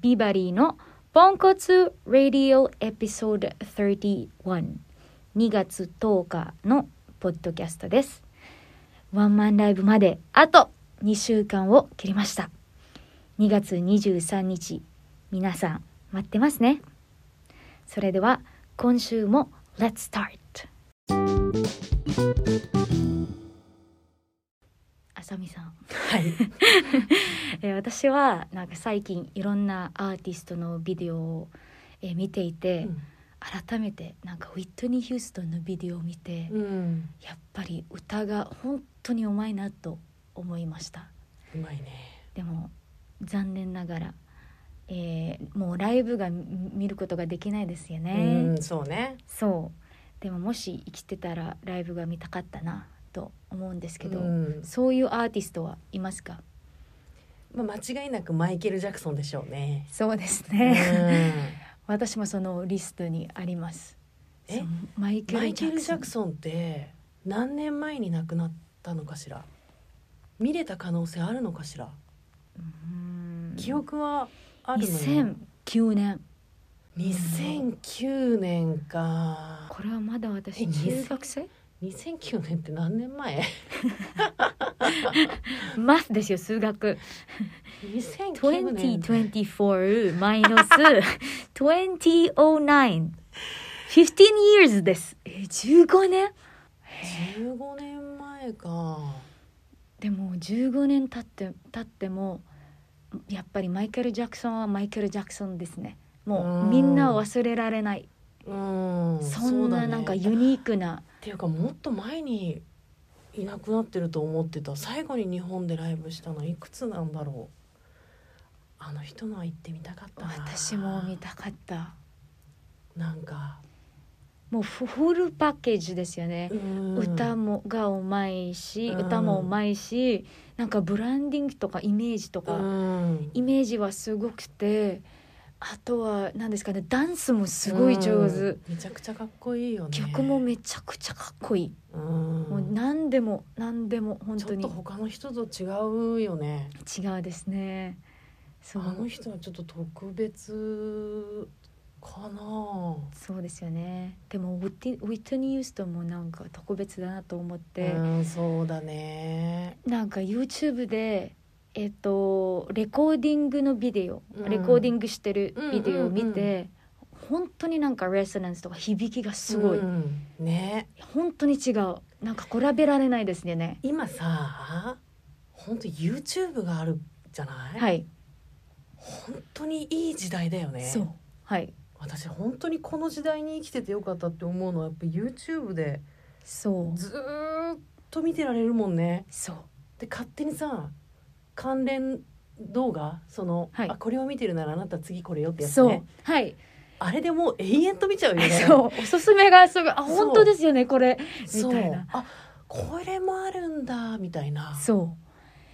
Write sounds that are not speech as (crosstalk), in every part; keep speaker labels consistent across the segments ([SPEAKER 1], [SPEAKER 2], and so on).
[SPEAKER 1] ビバリーのポンコツラディオエピソード312月10日のポッドキャストですワンマンライブまであと2週間を切りました2月23日皆さん待ってますねそれでは今週も Let's start あさみさん
[SPEAKER 2] はい。
[SPEAKER 1] (laughs) えー私はなんか最近いろんなアーティストのビデオを、えー見ていて、改めてなんかウィットニー・ヒューストンのビデオを見て、
[SPEAKER 2] うん。
[SPEAKER 1] やっぱり歌が本当にうまいなと思いました
[SPEAKER 2] うまいね。
[SPEAKER 1] でも残念ながら、えーもうライブが見見ることができないですよね、
[SPEAKER 2] うん、そうね。
[SPEAKER 1] そうでももし生きてたらライブが見たかったなと思うんですけど、
[SPEAKER 2] うん
[SPEAKER 1] そういうアーティストはいますか
[SPEAKER 2] まあ、間違いなくマイケルジャクソンでしょうね。
[SPEAKER 1] そうです
[SPEAKER 2] うん
[SPEAKER 1] (laughs) 私もそのリストにあります。
[SPEAKER 2] え
[SPEAKER 1] その (laughs) マイケ
[SPEAKER 2] マ
[SPEAKER 1] ル・
[SPEAKER 2] イ
[SPEAKER 1] ジャ
[SPEAKER 2] ケル
[SPEAKER 1] ク
[SPEAKER 2] ジ
[SPEAKER 1] ソ
[SPEAKER 2] ャ
[SPEAKER 1] ン
[SPEAKER 2] クソンって何年前に亡くなったのかしら。見れた可能性あるのかしら。
[SPEAKER 1] うん
[SPEAKER 2] 記憶はあるのよ。
[SPEAKER 1] 2009年
[SPEAKER 2] 2009年か。
[SPEAKER 1] これはまだ私
[SPEAKER 2] え
[SPEAKER 1] 中学生
[SPEAKER 2] 2009年って何年前 (laughs)
[SPEAKER 1] マスですよ数学
[SPEAKER 2] ?2009 年。
[SPEAKER 1] 2024マイナス200915 years ですえ15年
[SPEAKER 2] 15年前か。
[SPEAKER 1] でも15年経って経ってもやっぱりマイケル・ジャクソンはマイケル・ジャクソンですねもう
[SPEAKER 2] うん
[SPEAKER 1] みんな忘れられない
[SPEAKER 2] うん。
[SPEAKER 1] そ
[SPEAKER 2] うんだね
[SPEAKER 1] ななんかユニークな
[SPEAKER 2] っていうかもっと前にいなくなってると思ってた最後に日本でライブしたのいくつなんだろうあの人のは行ってみたかったな
[SPEAKER 1] 私も見たかった
[SPEAKER 2] なんか
[SPEAKER 1] もうフフルパッケージですよね
[SPEAKER 2] う、ん
[SPEAKER 1] 歌もがうまいし、
[SPEAKER 2] うん
[SPEAKER 1] 歌もうまいしなんかブランディングとかイメージと
[SPEAKER 2] う
[SPEAKER 1] か、
[SPEAKER 2] ん
[SPEAKER 1] イメージはすごくてあとは何ですかねダンスもすごい上手、
[SPEAKER 2] うんめちゃくちゃかっこいいよね
[SPEAKER 1] 曲もめちゃくちゃかっこいい、
[SPEAKER 2] うん
[SPEAKER 1] もう何でも何でも本
[SPEAKER 2] ちょ
[SPEAKER 1] 当
[SPEAKER 2] っ
[SPEAKER 1] に
[SPEAKER 2] と他の人と違うよね
[SPEAKER 1] 違うですね
[SPEAKER 2] あ
[SPEAKER 1] そう
[SPEAKER 2] の人はちょっと特別かな
[SPEAKER 1] そうですよねでもウィティウィトニー・ユーストンもなんか特別だなと思って。
[SPEAKER 2] うんそうだね
[SPEAKER 1] なんか YouTube でえっ、とレコーディングのビデオ、
[SPEAKER 2] うん
[SPEAKER 1] レコーディングしてるビデオを見て、本当になんかレソナンスとか響きがすごい、
[SPEAKER 2] うんね
[SPEAKER 1] 本当に違うなんか比べられないですよね
[SPEAKER 2] 今さ本当 YouTube があるじゃない、、
[SPEAKER 1] はいい、
[SPEAKER 2] 本当にいい時代だよね
[SPEAKER 1] そうはい
[SPEAKER 2] 私本当にこの時代に生きててよかったって思うのはやっぱ YouTube で
[SPEAKER 1] そう
[SPEAKER 2] ずーっと見てられるもんね
[SPEAKER 1] そう
[SPEAKER 2] で勝手にさ関連動画その、
[SPEAKER 1] はい
[SPEAKER 2] あこれを見てるならあなた次これよってやつ
[SPEAKER 1] そう
[SPEAKER 2] ね
[SPEAKER 1] はい、
[SPEAKER 2] あれでもう永遠と見ちゃうよね
[SPEAKER 1] そうおすすめがすごいあ
[SPEAKER 2] そう
[SPEAKER 1] 本当ですよねこれ
[SPEAKER 2] そう
[SPEAKER 1] みたいな
[SPEAKER 2] あこれもあるんだみたいな
[SPEAKER 1] そ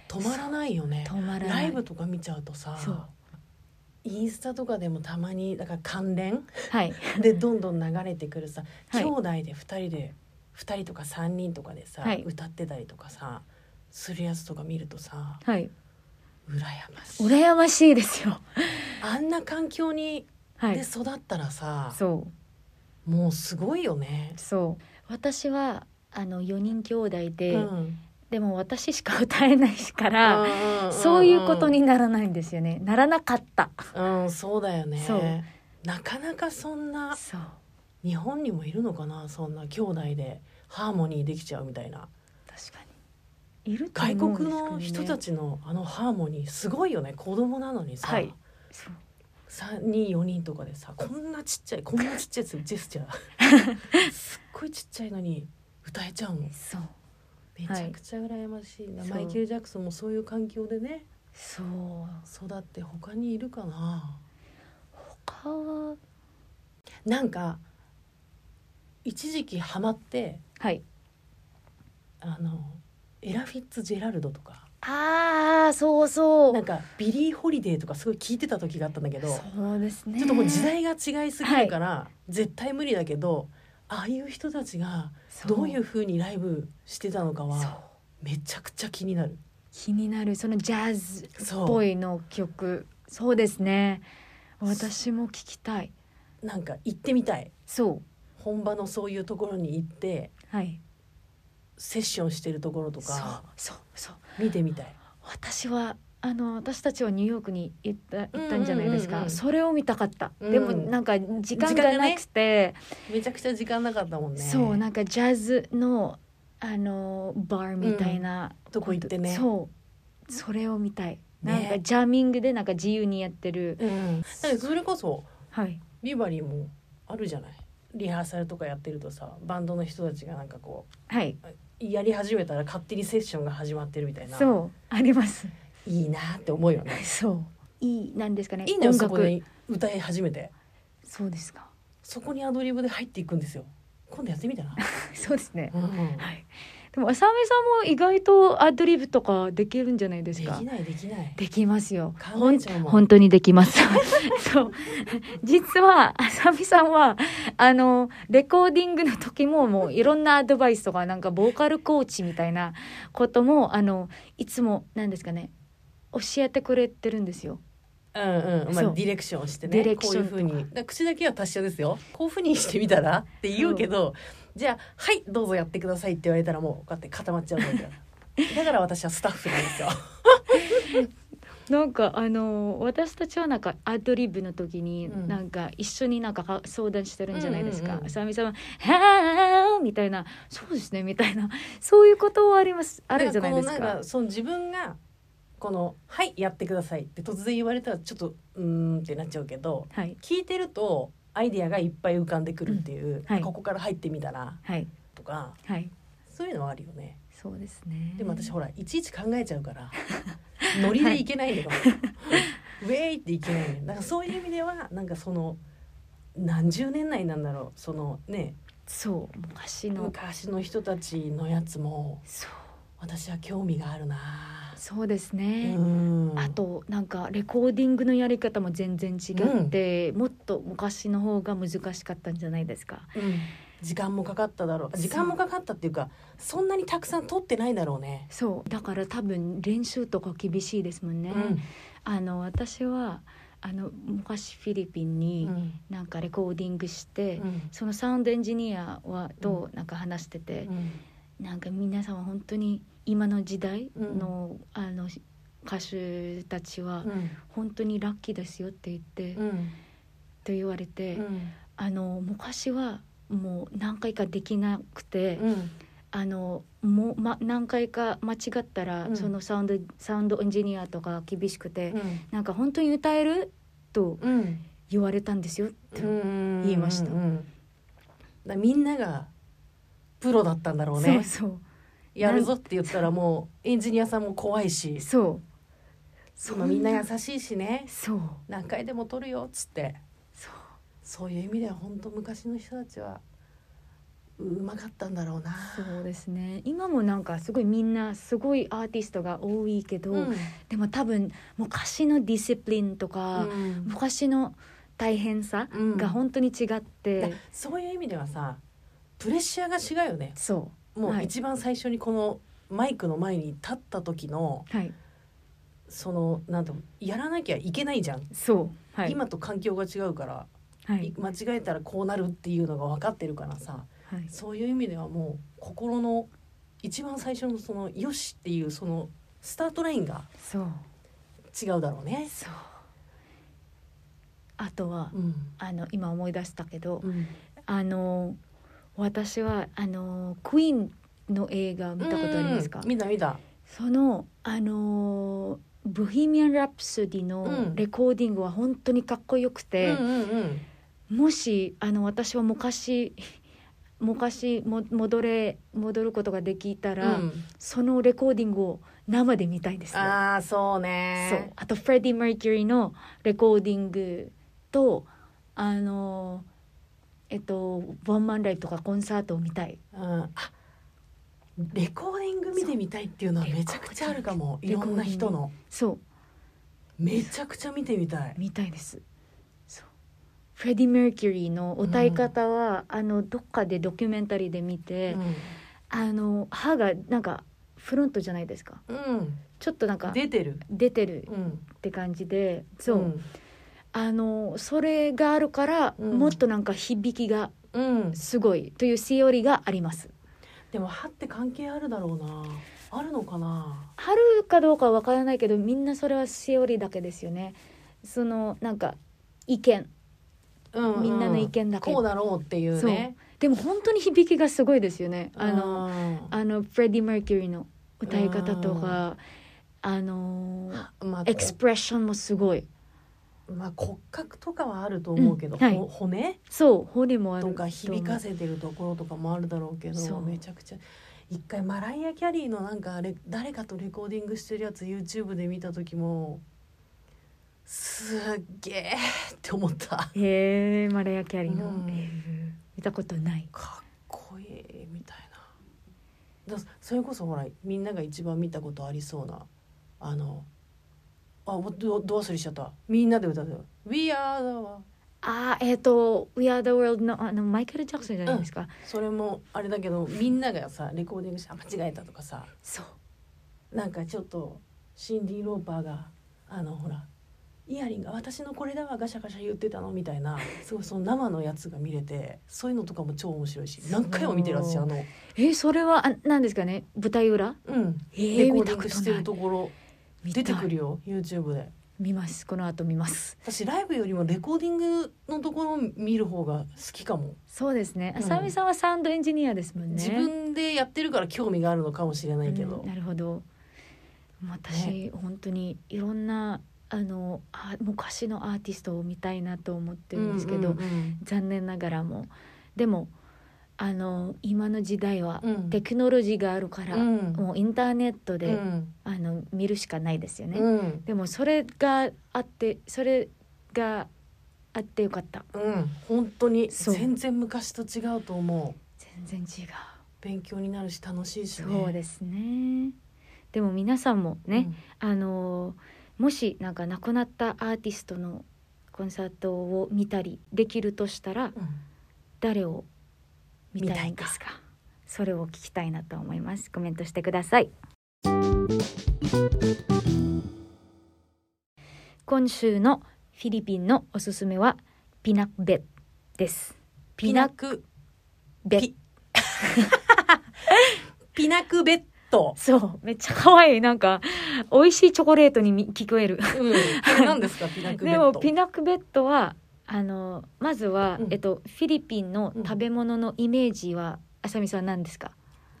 [SPEAKER 2] 止まらないよ
[SPEAKER 1] う
[SPEAKER 2] ね
[SPEAKER 1] 止まらな
[SPEAKER 2] ラ
[SPEAKER 1] い
[SPEAKER 2] イブとか見ちゃうとさ
[SPEAKER 1] そう
[SPEAKER 2] インスタとかでもたまにだから関連 (laughs)
[SPEAKER 1] はい
[SPEAKER 2] でどんどん流れてくるさ、
[SPEAKER 1] はい
[SPEAKER 2] 兄弟で2人で2人とか3人とかでさ、
[SPEAKER 1] はい
[SPEAKER 2] 歌ってたりとかさするやつとか見るとさ
[SPEAKER 1] はい
[SPEAKER 2] 羨ましい
[SPEAKER 1] 羨ましいですよ
[SPEAKER 2] あんな環境に
[SPEAKER 1] は
[SPEAKER 2] で
[SPEAKER 1] い
[SPEAKER 2] 育ったらさ、
[SPEAKER 1] そう
[SPEAKER 2] もうすごいよね。
[SPEAKER 1] そう私はあの4人兄弟で、
[SPEAKER 2] うん
[SPEAKER 1] でも私しか歌えないから、
[SPEAKER 2] うん
[SPEAKER 1] そういうことにならないんですよねならなかった
[SPEAKER 2] うんそうだよ
[SPEAKER 1] そう
[SPEAKER 2] ねなかなかそんな
[SPEAKER 1] そう
[SPEAKER 2] 日本にもいるのかなそんな兄弟でハーモニーできちゃうみたいな
[SPEAKER 1] 確かにいると
[SPEAKER 2] 外
[SPEAKER 1] 思うんです
[SPEAKER 2] 国
[SPEAKER 1] けど、ね、
[SPEAKER 2] の人た
[SPEAKER 1] ち
[SPEAKER 2] ちのあのハーモニーすごいよね子供なのにさ、
[SPEAKER 1] はいそう
[SPEAKER 2] 3人4人とかでさこんなちっちゃいこんなちっちゃいジェスチャ
[SPEAKER 1] (laughs)
[SPEAKER 2] ーすっごいちっちゃいのに歌えちゃうもん
[SPEAKER 1] そう
[SPEAKER 2] めちゃくちゃ羨ましいな、
[SPEAKER 1] はい
[SPEAKER 2] マイケル・ジャクソンもそういう環境でね
[SPEAKER 1] そう
[SPEAKER 2] 育って他にいるかな
[SPEAKER 1] 他は
[SPEAKER 2] なんか一時期ハマって
[SPEAKER 1] はい
[SPEAKER 2] あのエラ・フィッツジェラルドとか
[SPEAKER 1] あーそうそう
[SPEAKER 2] なんかビリー・ホリデーとかすごい聞いてた時があったんだけど
[SPEAKER 1] そうですね
[SPEAKER 2] ちょっともう時代が違いすぎるから、絶対無理だけどああいう人たちが
[SPEAKER 1] そう
[SPEAKER 2] どういう風にライブしてたのか
[SPEAKER 1] そう
[SPEAKER 2] はめちゃくちゃ気になる
[SPEAKER 1] 気になるそのジャズっ
[SPEAKER 2] そう
[SPEAKER 1] ぽいの曲そうですね私も聞きたい
[SPEAKER 2] なんか行ってみたい
[SPEAKER 1] そ
[SPEAKER 2] 本場のそういうところに行って
[SPEAKER 1] うはい
[SPEAKER 2] セッションしてるところと
[SPEAKER 1] そう
[SPEAKER 2] か
[SPEAKER 1] そうそう
[SPEAKER 2] 見てみたい
[SPEAKER 1] 私はあの私たちはニューヨークに行った行ったんじゃないですか、
[SPEAKER 2] うんうんうんうん
[SPEAKER 1] それを見たかった、
[SPEAKER 2] うん
[SPEAKER 1] でもなんか時間
[SPEAKER 2] 時間
[SPEAKER 1] がな
[SPEAKER 2] がね
[SPEAKER 1] くて、
[SPEAKER 2] めちゃくちゃ時間なかったもんね
[SPEAKER 1] そうなんかジャズのあのバーみたいな、
[SPEAKER 2] とこ行ってね
[SPEAKER 1] そうそれを見たいなんか
[SPEAKER 2] ね
[SPEAKER 1] ジャミングでなんか自由にやってる、
[SPEAKER 2] うん、だからそれこそ
[SPEAKER 1] はい
[SPEAKER 2] ビバリーもあるじゃないリハーサルとかやってるとさバンドの人たちがなんかこ
[SPEAKER 1] はいう
[SPEAKER 2] やり始めたら勝手にセッションが始まってるみたいな
[SPEAKER 1] そうあります
[SPEAKER 2] いいなって思うよね
[SPEAKER 1] そういいなんですかね
[SPEAKER 2] いいんだよ
[SPEAKER 1] 音
[SPEAKER 2] そこ
[SPEAKER 1] 楽
[SPEAKER 2] で歌い始めて
[SPEAKER 1] そうですか (laughs)
[SPEAKER 2] そこにアドリブで入っていくんですよ今度やってみたら、
[SPEAKER 1] そうですね
[SPEAKER 2] うん
[SPEAKER 1] はいでも浅見さんも意外とアドリブとかできるんじゃないで
[SPEAKER 2] ですき
[SPEAKER 1] か
[SPEAKER 2] ないできない
[SPEAKER 1] できますよ
[SPEAKER 2] 考えちゃうもん
[SPEAKER 1] 本当にできます (laughs) そう実はあさみさんはあのレコーディングの時ももういろんなアドバイスとかなんかボーカルコーチみたいなこともあのいつもなんですかね教えてくれてるんですよ
[SPEAKER 2] うんうんまあ
[SPEAKER 1] そう
[SPEAKER 2] ディレクションして
[SPEAKER 1] デ
[SPEAKER 2] ね
[SPEAKER 1] ィレク
[SPEAKER 2] こ
[SPEAKER 1] シ
[SPEAKER 2] うい
[SPEAKER 1] ョ
[SPEAKER 2] う
[SPEAKER 1] ンと
[SPEAKER 2] ふ
[SPEAKER 1] か
[SPEAKER 2] うにだから口だけは達者ですよこういうふうにしてみたらって言うけどじゃあ「はいどうぞやってください」って言われたらもうこうやって固まっちゃうん
[SPEAKER 1] (laughs)
[SPEAKER 2] だよだから私はスタッフなんですよ。
[SPEAKER 1] なんかあの私たちはなんかアドリブの時に
[SPEAKER 2] うん
[SPEAKER 1] なんか一緒になんかは相談してるんじゃないです
[SPEAKER 2] うんう
[SPEAKER 1] か
[SPEAKER 2] んうん
[SPEAKER 1] 浅見さんは「はあ」みたいな「そうですね」みたいなそういうことはあります (laughs) あるじゃないです
[SPEAKER 2] だ
[SPEAKER 1] か。
[SPEAKER 2] らこのなんかその自分がこの「はいやってください」って突然言われたらちょっとうーんってなっちゃうけど
[SPEAKER 1] はい
[SPEAKER 2] 聞いてるとアイディアがいっぱい浮かんでくるっていう、
[SPEAKER 1] はい
[SPEAKER 2] ここから入ってみたら
[SPEAKER 1] はい
[SPEAKER 2] とか
[SPEAKER 1] はい
[SPEAKER 2] そういうのはあるよね。
[SPEAKER 1] そうですね。
[SPEAKER 2] でも私ほらいちいち考えちゃう
[SPEAKER 1] (laughs)
[SPEAKER 2] からノリでいけないのよ、 (laughs) ウェイっていけないのよだからそういう意味ではなんかその何十年来なんだろうそのね
[SPEAKER 1] そう昔の
[SPEAKER 2] 昔の人たちのやつも
[SPEAKER 1] そう
[SPEAKER 2] 私は興味があるな
[SPEAKER 1] そうです
[SPEAKER 2] う
[SPEAKER 1] ね。
[SPEAKER 2] ん
[SPEAKER 1] あとなんかレコーディングのやり方も全然違って、もっと昔の方が難しかったんじゃないですか。
[SPEAKER 2] うん時間もかかっただろう
[SPEAKER 1] そう
[SPEAKER 2] 時間もかかったっていうかそんなにたくさん撮ってないだろうね
[SPEAKER 1] そうだから多分練習とか厳しいですもんね。あの私はあの昔フィリピン
[SPEAKER 2] うん
[SPEAKER 1] に
[SPEAKER 2] うん
[SPEAKER 1] なんかレコーディングして、
[SPEAKER 2] うん
[SPEAKER 1] そのサウンドエンジニアはとなんか話してて、なんか皆さんは本当に今の時代の,、あの歌手たちは
[SPEAKER 2] うん
[SPEAKER 1] 本当にラッキーですよって言って、
[SPEAKER 2] う
[SPEAKER 1] と
[SPEAKER 2] ん
[SPEAKER 1] 言われて、
[SPEAKER 2] うん
[SPEAKER 1] あの昔はもう何回かできなくて、
[SPEAKER 2] うん
[SPEAKER 1] あのもう、ま、何回か間違ったら、
[SPEAKER 2] うん
[SPEAKER 1] そのサウンドサウンドエンジニアとか厳しくて、
[SPEAKER 2] うん
[SPEAKER 1] なんか本当に歌えると
[SPEAKER 2] うん
[SPEAKER 1] 言われたんですよって、
[SPEAKER 2] 言
[SPEAKER 1] いました
[SPEAKER 2] だみんながプロだったんだろう
[SPEAKER 1] そう
[SPEAKER 2] ね
[SPEAKER 1] そ
[SPEAKER 2] やるぞって言ったらもうエンジニアさんも怖いうし
[SPEAKER 1] そう
[SPEAKER 2] そのみんな優しいしね
[SPEAKER 1] そう
[SPEAKER 2] 何回でも取るよっつって
[SPEAKER 1] そう
[SPEAKER 2] そういう意味では本当昔の人たちはうまかったんだろうな。
[SPEAKER 1] そうですね今もなんかすごいみんなすごいアーティストが多いけど、
[SPEAKER 2] うん
[SPEAKER 1] でも多分昔のディシプリンとか、
[SPEAKER 2] うん
[SPEAKER 1] 昔の大変さ
[SPEAKER 2] うん
[SPEAKER 1] が本当に違って、
[SPEAKER 2] だそういう意味ではさプレッシャーが違うよね
[SPEAKER 1] そ
[SPEAKER 2] も
[SPEAKER 1] は
[SPEAKER 2] う
[SPEAKER 1] い
[SPEAKER 2] 一番最初にこのマイクの前に立った時の
[SPEAKER 1] うはい
[SPEAKER 2] そのなんてやらなきゃいけないじゃん、
[SPEAKER 1] そうはい
[SPEAKER 2] 今と環境が違うから
[SPEAKER 1] はい、
[SPEAKER 2] 間違えたらこうなるっていうのが分かってるからさ
[SPEAKER 1] はい、
[SPEAKER 2] そういう意味ではもう心の一番最初のその「よし」っていうそのスタートラインが
[SPEAKER 1] そう
[SPEAKER 2] 違うだろうね。
[SPEAKER 1] そうあとは、
[SPEAKER 2] うん
[SPEAKER 1] あの今思い出したけど、
[SPEAKER 2] うん、
[SPEAKER 1] あの私はあのクイーンの映画見たことありますか、
[SPEAKER 2] うん見た見た。
[SPEAKER 1] そのあのボヘミアン・ラプソディ
[SPEAKER 2] う
[SPEAKER 1] の
[SPEAKER 2] ん
[SPEAKER 1] レコーディングは本当にかっこよくて、
[SPEAKER 2] うんうんうん
[SPEAKER 1] もしあの私は昔昔 (laughs) も戻れ戻ることができたら、
[SPEAKER 2] うん
[SPEAKER 1] そのレコーディングを生で見たいですよ。
[SPEAKER 2] ああそう
[SPEAKER 1] そう
[SPEAKER 2] ね。
[SPEAKER 1] あとフレディ・マーキュリーのレコーディングとあのえっとワンマンライブとかコンサートを見たい
[SPEAKER 2] うん、あレコーディング見てみたいっていうのはめちゃくちゃあるかもいろんな人の
[SPEAKER 1] そ。
[SPEAKER 2] めちゃくちゃ見てみたいう
[SPEAKER 1] 見たいですそうフレディ・マーキュリーの歌い方は、あのどっかでドキュメンタリーで見て、
[SPEAKER 2] うん
[SPEAKER 1] あの歯がなんかフロントじゃないですか
[SPEAKER 2] うん、
[SPEAKER 1] ちょっとなんか
[SPEAKER 2] 出てる、
[SPEAKER 1] 出てる
[SPEAKER 2] うん、
[SPEAKER 1] って感じでそう、
[SPEAKER 2] ん
[SPEAKER 1] あのそれがあるから、
[SPEAKER 2] うん
[SPEAKER 1] もっとなんか響きが
[SPEAKER 2] うん、
[SPEAKER 1] すごいというしおりがあります。
[SPEAKER 2] でも歯って関係あるだろうなあるのかな
[SPEAKER 1] あるかどうかはわからないけどみんなそれはしおりだけですよね。そのなんか意見
[SPEAKER 2] う
[SPEAKER 1] みんなの意見だけ
[SPEAKER 2] こうだろうっていうね
[SPEAKER 1] でも本当に響きがすごいですよね。あの
[SPEAKER 2] の
[SPEAKER 1] あのフレディ・マーキュリーの歌い方とかあの
[SPEAKER 2] まあ
[SPEAKER 1] エクスプレッションもすごい。
[SPEAKER 2] まあ骨格とかはあると思うけど、
[SPEAKER 1] うんはい
[SPEAKER 2] ほ骨
[SPEAKER 1] そう骨もある
[SPEAKER 2] と
[SPEAKER 1] 思う
[SPEAKER 2] か響かせてるところとかもあるだろうけ
[SPEAKER 1] そ
[SPEAKER 2] ど
[SPEAKER 1] う
[SPEAKER 2] めちゃくちゃ一回マライア・キャリーのなんかあれ誰かとレコーディングしてるやつ YouTube で見た時もすっげえって思った
[SPEAKER 1] へえマラヤキャリーの、
[SPEAKER 2] うん
[SPEAKER 1] へー見たことない。
[SPEAKER 2] かっこいいみたいなだそれこそほらみんなが一番見たことありそうなあのあおどど忘れしちゃったみんなで歌ってた「We are the world
[SPEAKER 1] あーえっ、と「We Are the World の」あのマイケル・ジャクソンじゃないですか、」
[SPEAKER 2] それもあれだけどみんながさレコーディングしてあ間違えたとかさ
[SPEAKER 1] そう
[SPEAKER 2] なんかちょっとシンディ・ローパーがあのほらイヤリングが私のこれだわガシャガシャ言ってたのみたいなすごいその生のやつが見れてそういうのとかも超面白いし何回も見てる私あの
[SPEAKER 1] えーそれはあなんですかね舞台裏
[SPEAKER 2] うん
[SPEAKER 1] えー
[SPEAKER 2] レコ
[SPEAKER 1] 見
[SPEAKER 2] ーデ
[SPEAKER 1] た
[SPEAKER 2] ィン
[SPEAKER 1] こと
[SPEAKER 2] グして
[SPEAKER 1] な
[SPEAKER 2] る
[SPEAKER 1] い
[SPEAKER 2] ところ
[SPEAKER 1] 見た
[SPEAKER 2] 出
[SPEAKER 1] い
[SPEAKER 2] てくるよ YouTube で
[SPEAKER 1] 見ますこの後見ます
[SPEAKER 2] 私ライブよりもレコーディングのところを見る方が好きかも、
[SPEAKER 1] そうですね
[SPEAKER 2] うん
[SPEAKER 1] 浅見さんはサウンドエンジニアですもんね
[SPEAKER 2] 自分でやってるから興味があるのかもしれないけど、
[SPEAKER 1] うんなるほど私、本当にいろんなあのあ昔のアーティストを見たいなと思ってるんですけど、
[SPEAKER 2] うんうん
[SPEAKER 1] 残念ながらもでもあの今の時代は
[SPEAKER 2] うん
[SPEAKER 1] テクノロジーがあるから、
[SPEAKER 2] うん
[SPEAKER 1] もうインターネット
[SPEAKER 2] う
[SPEAKER 1] で、
[SPEAKER 2] ん
[SPEAKER 1] あの見るしかないですよね、
[SPEAKER 2] うん
[SPEAKER 1] でもそれがあってそれがあってよかった
[SPEAKER 2] うん本当に
[SPEAKER 1] そう
[SPEAKER 2] 全然昔と違うと思う
[SPEAKER 1] 全然違う
[SPEAKER 2] 勉強になるし楽しいしね
[SPEAKER 1] そうですねでも皆さんもね、、あのもしなんか亡くなったアーティストのコンサートを見たりできるとしたら
[SPEAKER 2] うんうん
[SPEAKER 1] 誰を見たいんですかそれを聞きたいなと思いますコメントしてください今週のフィリピンのおすすめはピナッベです
[SPEAKER 2] ピナク
[SPEAKER 1] ベ
[SPEAKER 2] ピピナクベッド、
[SPEAKER 1] そうめっちゃ可愛いなんか美味しいチョコレートにみ聞こえる
[SPEAKER 2] うん、
[SPEAKER 1] (laughs)
[SPEAKER 2] これ何ですかピナクベ
[SPEAKER 1] で
[SPEAKER 2] ッド
[SPEAKER 1] もピナックベッドはあのまずは、
[SPEAKER 2] うん
[SPEAKER 1] えっとフィリピンの食べ物のイメージは、あさみさん何ですか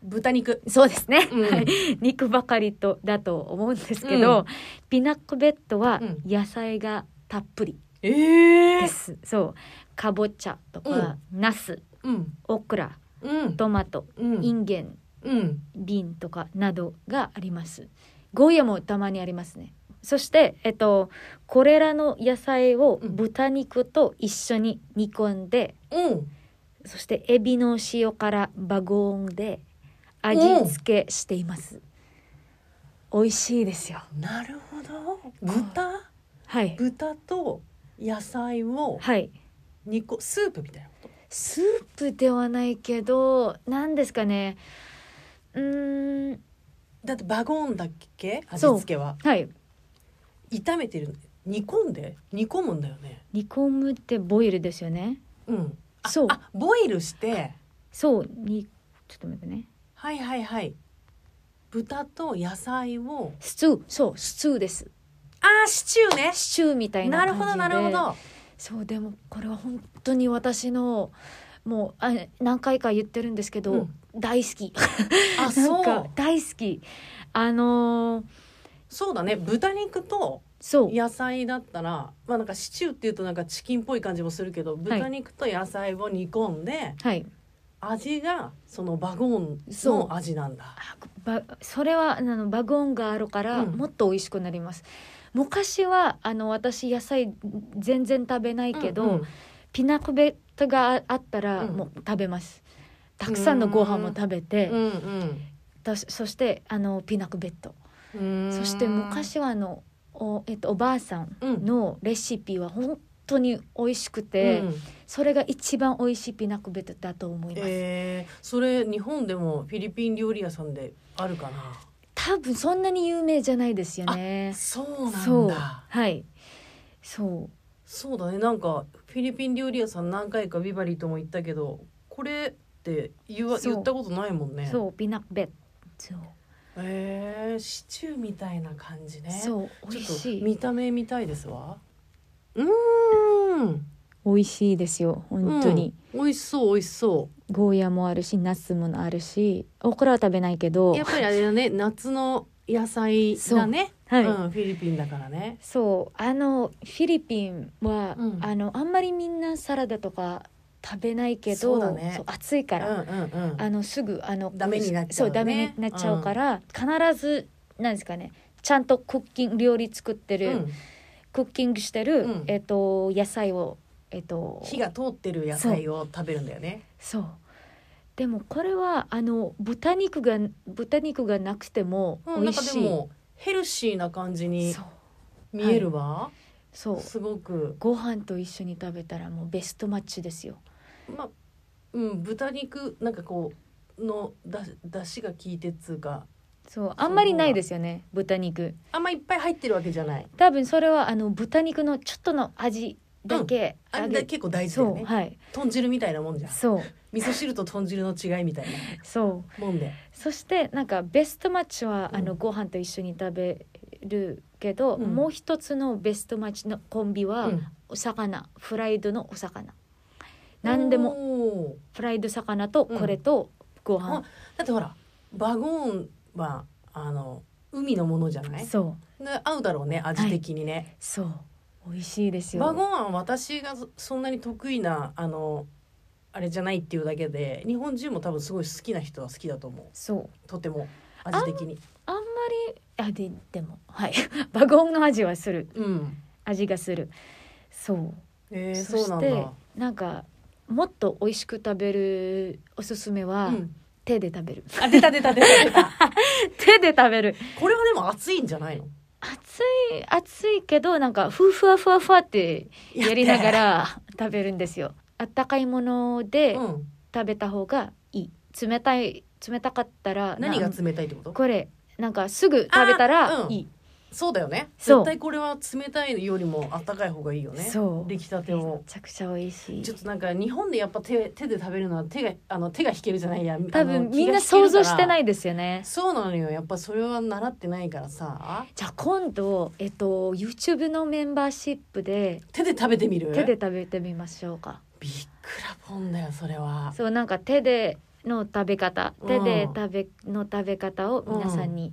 [SPEAKER 2] 豚肉
[SPEAKER 1] そうですね、
[SPEAKER 2] うん
[SPEAKER 1] はい肉ばかりとだと思うんですけど、
[SPEAKER 2] うん
[SPEAKER 1] ピナックベッドは
[SPEAKER 2] うん
[SPEAKER 1] 野菜がたっぷり
[SPEAKER 2] ええ
[SPEAKER 1] です、そうかぼちゃとか、ナス
[SPEAKER 2] うん
[SPEAKER 1] オクラ
[SPEAKER 2] うん
[SPEAKER 1] トマト
[SPEAKER 2] うん
[SPEAKER 1] インゲン
[SPEAKER 2] うん
[SPEAKER 1] ビンとかなどがありますゴーヤもたまにありますねそして、えっと、これらの野菜を
[SPEAKER 2] うん
[SPEAKER 1] 豚肉と一緒に煮込んで、
[SPEAKER 2] うん
[SPEAKER 1] そしてエビの塩辛バゴーンで味付けしています、美味しいですよ
[SPEAKER 2] なるほど豚
[SPEAKER 1] はい
[SPEAKER 2] 豚と野菜を
[SPEAKER 1] はい
[SPEAKER 2] 煮こスープみたいなこ
[SPEAKER 1] スープではないけど何ですかねうーん
[SPEAKER 2] とだってバゴンだっけ味
[SPEAKER 1] そう
[SPEAKER 2] 付けは
[SPEAKER 1] はい
[SPEAKER 2] 炒めてる煮込んで煮込むんだよね
[SPEAKER 1] 煮込むってボイルですよね
[SPEAKER 2] うんあ
[SPEAKER 1] そう
[SPEAKER 2] あボイルして
[SPEAKER 1] そうにちょっと待ってね
[SPEAKER 2] はいはいはい豚と野菜を
[SPEAKER 1] スチューそうスチューです
[SPEAKER 2] あーシチューね
[SPEAKER 1] シチューみたいな
[SPEAKER 2] な
[SPEAKER 1] 感じ
[SPEAKER 2] る
[SPEAKER 1] で
[SPEAKER 2] ほどなるほど
[SPEAKER 1] そうでもこれは本当に私のもうあ何回か言ってるんですけど、
[SPEAKER 2] うん
[SPEAKER 1] 大好き
[SPEAKER 2] あ
[SPEAKER 1] な
[SPEAKER 2] そ
[SPEAKER 1] んか
[SPEAKER 2] う
[SPEAKER 1] 大好きあのー
[SPEAKER 2] そうだね豚肉と
[SPEAKER 1] そう
[SPEAKER 2] 野菜だったらまあなんかシチューっていうとなんかチキンっぽい感じもするけど豚肉と野菜を煮込んで、
[SPEAKER 1] はい
[SPEAKER 2] 味がそのバゴンの味なんだ
[SPEAKER 1] あばそれはあのバゴンがあるから
[SPEAKER 2] うん
[SPEAKER 1] もっと美味しくなります、昔はあの私野菜全然食べないけど、
[SPEAKER 2] うんうん
[SPEAKER 1] ピナクベットがああったら
[SPEAKER 2] うん
[SPEAKER 1] もう食べます、たくさんのご飯も食べて、
[SPEAKER 2] うん
[SPEAKER 1] だしそしてあのピナクベット
[SPEAKER 2] うんうん
[SPEAKER 1] そして昔はあのお,、えっと、おばあさん
[SPEAKER 2] うん
[SPEAKER 1] のレシピは本当に美味しくて、
[SPEAKER 2] うん
[SPEAKER 1] それが一番美味しいピナクベットだと思います、
[SPEAKER 2] えーそれ日本でもフィリピン料理屋さんであるかな
[SPEAKER 1] 多分そんなに有名じゃないですよね
[SPEAKER 2] そうなん
[SPEAKER 1] そう
[SPEAKER 2] だ
[SPEAKER 1] はいそう
[SPEAKER 2] そうだねなんかフィリピン料理屋さん何回かビバリーとも行ったけどこれって言わ
[SPEAKER 1] そう
[SPEAKER 2] 言ったことないもんね
[SPEAKER 1] そうピナッベッそう,、
[SPEAKER 2] へえシチューみたいな感じね
[SPEAKER 1] そう美味
[SPEAKER 2] ちょっと
[SPEAKER 1] しい
[SPEAKER 2] 見た目みたいですわうーん
[SPEAKER 1] 美味しいですよ本当に、、
[SPEAKER 2] うん、美味しそう美味しそ
[SPEAKER 1] ゴーヤもあるしナスもあるしオクラは食べないけど
[SPEAKER 2] うやっぱりあれだね夏の野菜だね
[SPEAKER 1] はい、
[SPEAKER 2] うん、フィリピンだからね
[SPEAKER 1] そうあのフィリピンは、
[SPEAKER 2] うん
[SPEAKER 1] あのあんまりみんなサラダとか食べないけど
[SPEAKER 2] そうだね
[SPEAKER 1] そう暑いから、
[SPEAKER 2] うんうんうん
[SPEAKER 1] あのすぐあの
[SPEAKER 2] ダメになっちゃ
[SPEAKER 1] そ
[SPEAKER 2] うね
[SPEAKER 1] うダメになっちゃうから、必ずなんですかねちゃんとクッキング料理作ってる、
[SPEAKER 2] うん
[SPEAKER 1] クッキングしてる、
[SPEAKER 2] うん
[SPEAKER 1] えっと野菜をえっと
[SPEAKER 2] 火が通ってる野菜を食べるんだよね
[SPEAKER 1] そうでもこれはあの豚肉が豚肉がなくても
[SPEAKER 2] うん
[SPEAKER 1] 美
[SPEAKER 2] な
[SPEAKER 1] 味
[SPEAKER 2] んか
[SPEAKER 1] し
[SPEAKER 2] で
[SPEAKER 1] い、
[SPEAKER 2] もヘルシーな感じに
[SPEAKER 1] そう
[SPEAKER 2] 見えるわ、
[SPEAKER 1] そう
[SPEAKER 2] すごく
[SPEAKER 1] ご飯と一緒に食べたらもうベストマッチですよ
[SPEAKER 2] まあうん豚肉なんかこうのだだしが効いてっつうか
[SPEAKER 1] そうあんまりないですよね豚肉
[SPEAKER 2] あんまいっぱい入ってるわけじゃない
[SPEAKER 1] 多分それはあの豚肉のちょっとの味だけ、
[SPEAKER 2] あ
[SPEAKER 1] あ
[SPEAKER 2] れ
[SPEAKER 1] げ
[SPEAKER 2] だ結構大事だ
[SPEAKER 1] そ
[SPEAKER 2] よ
[SPEAKER 1] う
[SPEAKER 2] ね
[SPEAKER 1] はい
[SPEAKER 2] 豚汁みたいなもんじゃん
[SPEAKER 1] そう
[SPEAKER 2] 味噌汁と豚汁の違いみたいな
[SPEAKER 1] そう
[SPEAKER 2] もんで
[SPEAKER 1] そしてなんかベストマッチは、
[SPEAKER 2] うん
[SPEAKER 1] あのご飯と一緒に食べるけど、
[SPEAKER 2] うん
[SPEAKER 1] もう一つのベストマッチのコンビは、
[SPEAKER 2] うん
[SPEAKER 1] お魚フライドのお魚何でも
[SPEAKER 2] も
[SPEAKER 1] フライド魚とこれとご飯、
[SPEAKER 2] だってほらバゴーンはあの海のものじゃない
[SPEAKER 1] そう
[SPEAKER 2] で合うだろうね味的にね、
[SPEAKER 1] そう美味しいですよ
[SPEAKER 2] バゴーンは私がそそんなに得意なあのあれじゃないっていうだけで日本人も多分すごい好きな人は好きだと思
[SPEAKER 1] そう
[SPEAKER 2] うとても味的に
[SPEAKER 1] あんまりあででもはい (laughs) バゴンの味はする
[SPEAKER 2] うん
[SPEAKER 1] 味がするそう、
[SPEAKER 2] えー、
[SPEAKER 1] そ
[SPEAKER 2] そう
[SPEAKER 1] し
[SPEAKER 2] なん
[SPEAKER 1] て
[SPEAKER 2] だ
[SPEAKER 1] なんかもっと美味しく食べるおすすめは、
[SPEAKER 2] うん
[SPEAKER 1] 手で食べる (laughs)
[SPEAKER 2] あ出た出た出た出た (laughs)
[SPEAKER 1] 手で食べる
[SPEAKER 2] これはでも熱いんじゃないの
[SPEAKER 1] 暑い暑いけどなんかふふわふわふわってやりなが
[SPEAKER 2] やっ
[SPEAKER 1] ら食べるんですよあったかいもので
[SPEAKER 2] てうん、
[SPEAKER 1] 食べた方がいい冷たい冷たかったら
[SPEAKER 2] 何
[SPEAKER 1] な
[SPEAKER 2] が冷たいってこと
[SPEAKER 1] これなんかすぐ食べた
[SPEAKER 2] あ
[SPEAKER 1] ら
[SPEAKER 2] うん
[SPEAKER 1] いい、
[SPEAKER 2] そうだよね
[SPEAKER 1] そう
[SPEAKER 2] 絶対これは冷たいよりも暖かい方がいいよね
[SPEAKER 1] そう
[SPEAKER 2] 出来たて
[SPEAKER 1] め
[SPEAKER 2] を
[SPEAKER 1] ちゃくちゃ美味しい
[SPEAKER 2] ちょっとなんか日本でやっぱ手手で食べるのは手があの手が引けるじゃないや
[SPEAKER 1] 多分みんな想像してないいですよね
[SPEAKER 2] そうなのよやっぱそれは習ってないからさ
[SPEAKER 1] じゃあ今度えっと YouTube のメンバーシップで
[SPEAKER 2] 手で食べてみる
[SPEAKER 1] 手で食べてみましょうか、
[SPEAKER 2] びっくらぽんだよそれは
[SPEAKER 1] そうなんか手での食べ方
[SPEAKER 2] うん
[SPEAKER 1] 手で食べの食べ方を皆さんに、